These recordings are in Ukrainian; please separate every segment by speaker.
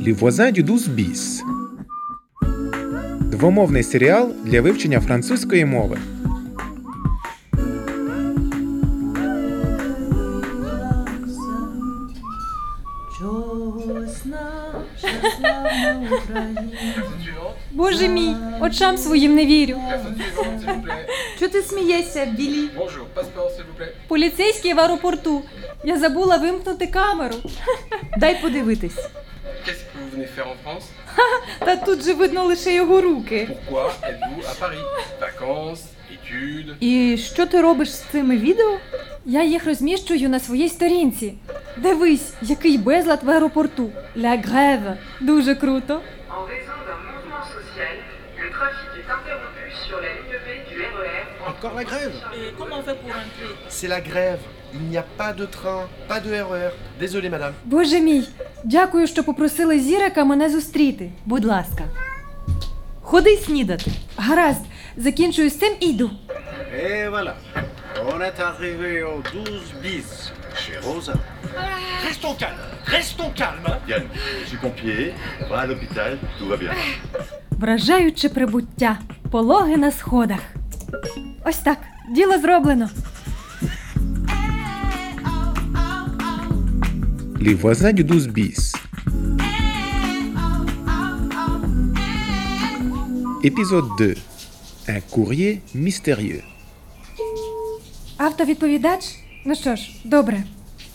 Speaker 1: Les voisins du 12 bis. Двомовний серіал для вивчення французької мови.
Speaker 2: Чогось наша славна Україна.
Speaker 3: Боже мій, очам своїм не вірю.
Speaker 4: Personne suivante, s'il vous plaît.
Speaker 3: Чого ти смієшся, Білі?
Speaker 4: Bonjour, passeport, s'il vous plaît.
Speaker 3: Поліцейський в аеропорту. Я забула вимкнути камеру. Дай подивитись.
Speaker 4: Qu'est-ce que vous venez faire en France
Speaker 3: Та тут же видно лише його руки.
Speaker 4: Pourquoi êtes-vous à Paris Vacances Études
Speaker 3: І що ти робиш з цими відео? Я їх розміщую на своїй сторінці. Дивись, який безлад в аеропорту. La grève. Дуже круто.
Speaker 5: En raison d'un mouvement social, le trafic est interrompu sur la ligne B du E RER.
Speaker 6: Encore la grève
Speaker 2: Е, Comment on fait pour entrer
Speaker 6: C'est la grève. Il n'y a pas de train, pas de RER. Désolé madame.
Speaker 3: Боже мій, дякую, що попросили Зірека мене зустріти. Будь ласка. Ходи снідати. Гаразд, закінчую з цим і йду.
Speaker 7: Et voilà, on est arrivé au 12 bis chez Rosa.
Speaker 8: Restons calmes, restons calmes. hein.
Speaker 7: Yann, je suis pompier, va à l'hôpital, tout va bien.
Speaker 3: Вражаюче прибуття. Пологи на сходах. Ось так, діло зроблено.
Speaker 1: Les voisins du 12 bis. Épisode 2. Un courrier mystérieux.
Speaker 3: Автовідповідач? Ну що ж, добре.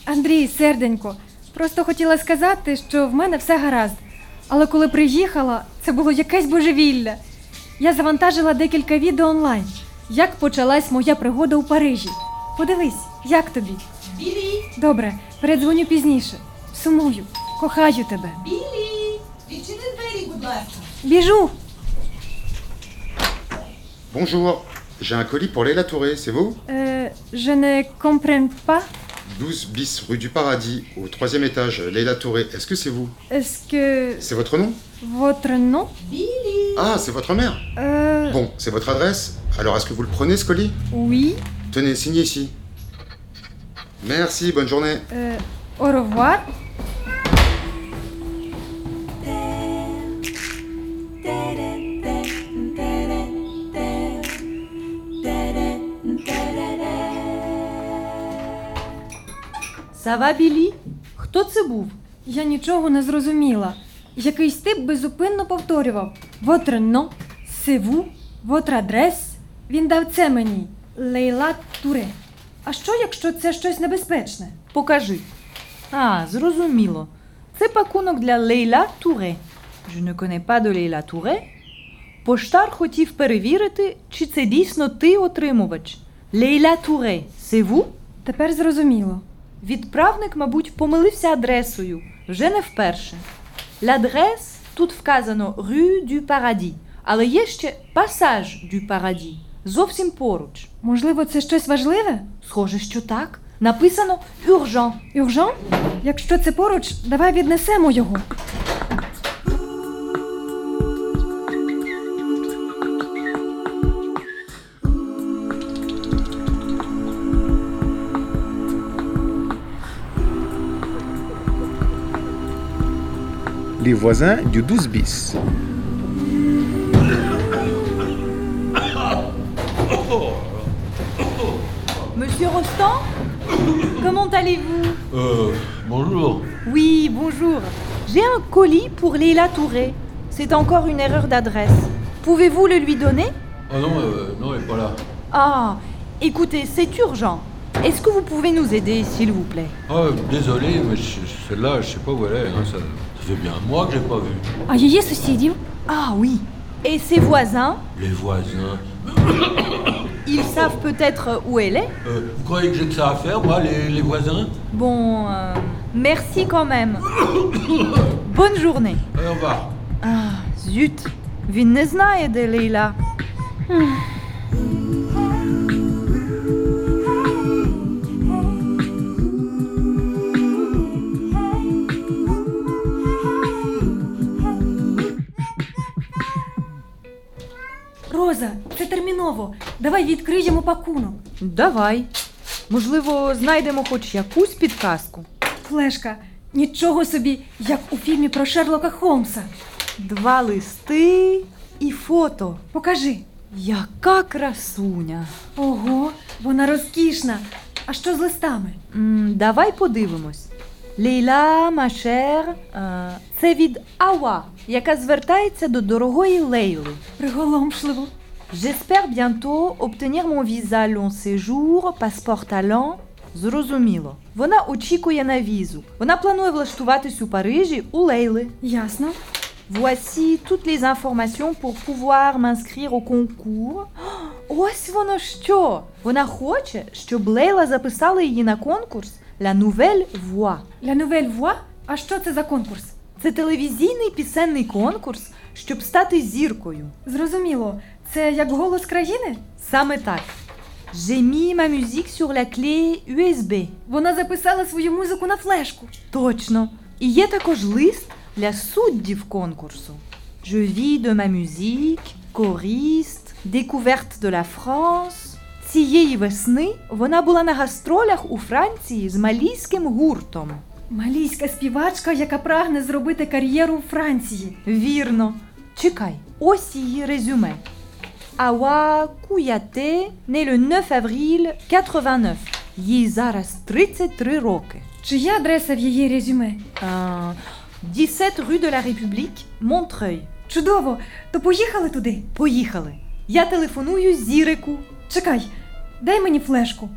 Speaker 3: Андрій, серденько, просто хотіла сказати, що в мене все гаразд. Але коли приїхала, це було якесь божевілля. Я завантажила декілька відео онлайн. Як почалась моя пригода у Парижі? Подивись, як тобі?
Speaker 2: Білі,
Speaker 3: Добре, передзвоню пізніше. Сумую, кохаю тебе.
Speaker 2: білі, відчини двері, будь ласка.
Speaker 3: Біжу!
Speaker 9: Bonjour, j'ai un colis pour Leila Touré, c'est vous
Speaker 3: Е, je ne comprends pas.
Speaker 9: 12 bis rue du Paradis, au troisième étage, Leila Touré, est-ce que c'est vous
Speaker 3: Est-ce que
Speaker 9: C'est votre nom
Speaker 3: votre nom?
Speaker 9: Ah, c'est votre mère
Speaker 3: Euh,
Speaker 9: Bon, c'est votre adresse, alors est-ce que vous le prenez ce colis
Speaker 3: oui.
Speaker 9: Tenez, signez ici. Merci, bonne journée.
Speaker 3: Е, au revoir.
Speaker 2: Сава білі? Хто це був?
Speaker 3: Я нічого не зрозуміла. Якийсь тип безупинно повторював: Votre nom, c'est vous, votre adresse. Він дав це мені. Лейла Туре. А що, якщо це щось небезпечне?
Speaker 2: Покажи. А, зрозуміло. Це пакунок для Лейла Туре. Je ne connais pas de Лейла Туре. Поштар хотів перевірити, чи це дійсно ти отримувач. Лейла Туре, це ву?
Speaker 3: Тепер зрозуміло.
Speaker 2: Відправник, мабуть, помилився адресою вже не вперше. L'addresse тут вказано Rue du Paradis, але є ще Passage du Paradis, зовсім поруч.
Speaker 3: Можливо, це щось важливе?
Speaker 2: Схоже, що так. Написано Urgent.
Speaker 3: Юржан? Якщо це поруч, давай віднесемо його.
Speaker 1: Les voisins du 12 bis.
Speaker 2: Monsieur Rostand Comment allez-vous
Speaker 8: Euh, bonjour.
Speaker 2: Oui, bonjour. J'ai un colis pour Leila Touré. C'est encore une erreur d'adresse. Pouvez-vous le lui donner
Speaker 8: Ah non, euh, non, elle est pas là.
Speaker 2: Ah, écoutez, c'est urgent. Est-ce que vous pouvez nous aider, s'il vous plaît
Speaker 8: Ah, désolé, mais je- celle-là, je sais pas où elle est. hein, ça, ça fait bien un mois que j'ai pas vu.
Speaker 3: А її сусідів?
Speaker 2: Ah oui. Et ses voisins,
Speaker 8: Les voisins.
Speaker 2: ils savent peut-être où elle est
Speaker 8: Euh, vous croyez que j'ai que ça à faire, moi, les, les voisins
Speaker 2: Bon, euh, merci quand même. Bonne journée.
Speaker 8: Allez, au revoir.
Speaker 2: Ah, zut. Він не знає, де Лейла.
Speaker 3: Роза, це терміново. Давай відкриємо пакунок.
Speaker 2: Давай. Можливо, знайдемо хоч якусь підказку.
Speaker 3: Флешка, Нічого собі, як у фільмі про Шерлока Холмса.
Speaker 2: Два листи і фото.
Speaker 3: Покажи.
Speaker 2: Яка красуня!
Speaker 3: Ого, вона розкішна. А що з листами?
Speaker 2: М, давай подивимось. Лейла, Машер, е, це від Ава, яка звертається до дорогої Лейли.
Speaker 3: Приголомшливо.
Speaker 2: J'espère bientôt obtenir mon visa long séjour, passeport talent. Зрозуміло. Вона очікує на візу. Вона планує влаштуватись у Парижі у Лейли.
Speaker 3: Ясно.
Speaker 2: Voici toutes les informations pour pouvoir m'inscrire au concours. Ось воно що! Вона хоче, щоб Лейла записала її на конкурс La Nouvelle Voix.
Speaker 3: La Nouvelle Voix? А що це за конкурс?
Speaker 2: Це телевізійний пісенний конкурс, щоб стати зіркою.
Speaker 3: Зрозуміло, це як голос країни?
Speaker 2: Саме так. J'ai mis ma musique sur la clé USB.
Speaker 3: Вона записала свою музику на флешку.
Speaker 2: Точно. І є також лист для суддів конкурсу. Je vis de ma musique, choriste, découverte de la France. Цієї весни вона була на гастролях у Франції з малійським гуртом.
Speaker 3: Малійська співачка, яка прагне зробити кар'єру у Франції.
Speaker 2: Вірно. Чекай, ось її резюме. Аwa Куяте, né le 9 avril 89. Їй зараз 33 роки.
Speaker 3: Чия адреса в її резюме?
Speaker 2: Е, 17 rue de la République, Montreuil.
Speaker 3: Чудово! То поїхали туди.
Speaker 2: Поїхали. Я телефоную Зірику.
Speaker 3: Чекай, дай мені флешку.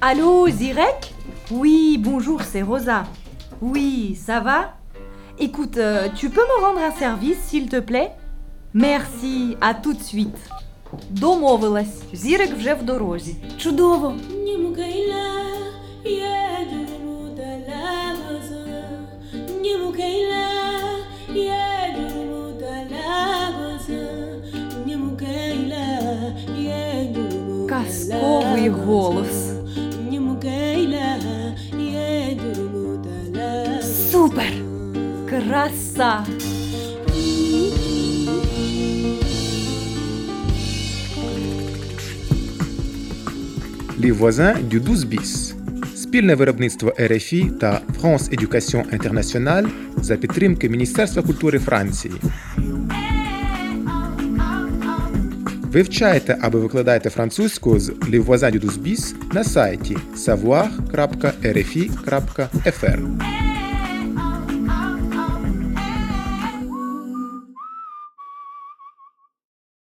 Speaker 2: Allô, Zirek Oui, bonjour, c'est Rosa. Oui, ça va Écoute, euh, tu peux me rendre un service, s'il te plaît Merci, à tout de suite. Домовилась. Зірик вже в дорозі.
Speaker 3: Чудово!
Speaker 2: Казковий голос.
Speaker 3: Супер!
Speaker 2: Краса!
Speaker 1: Les voisins du 12 bis. Спільне виробництво РФІ та France Education International за підтримки Міністерства культури Франції. Вивчайте або викладайте французьку з Les voisins du 12 bis на сайті savoir.rfi.fr.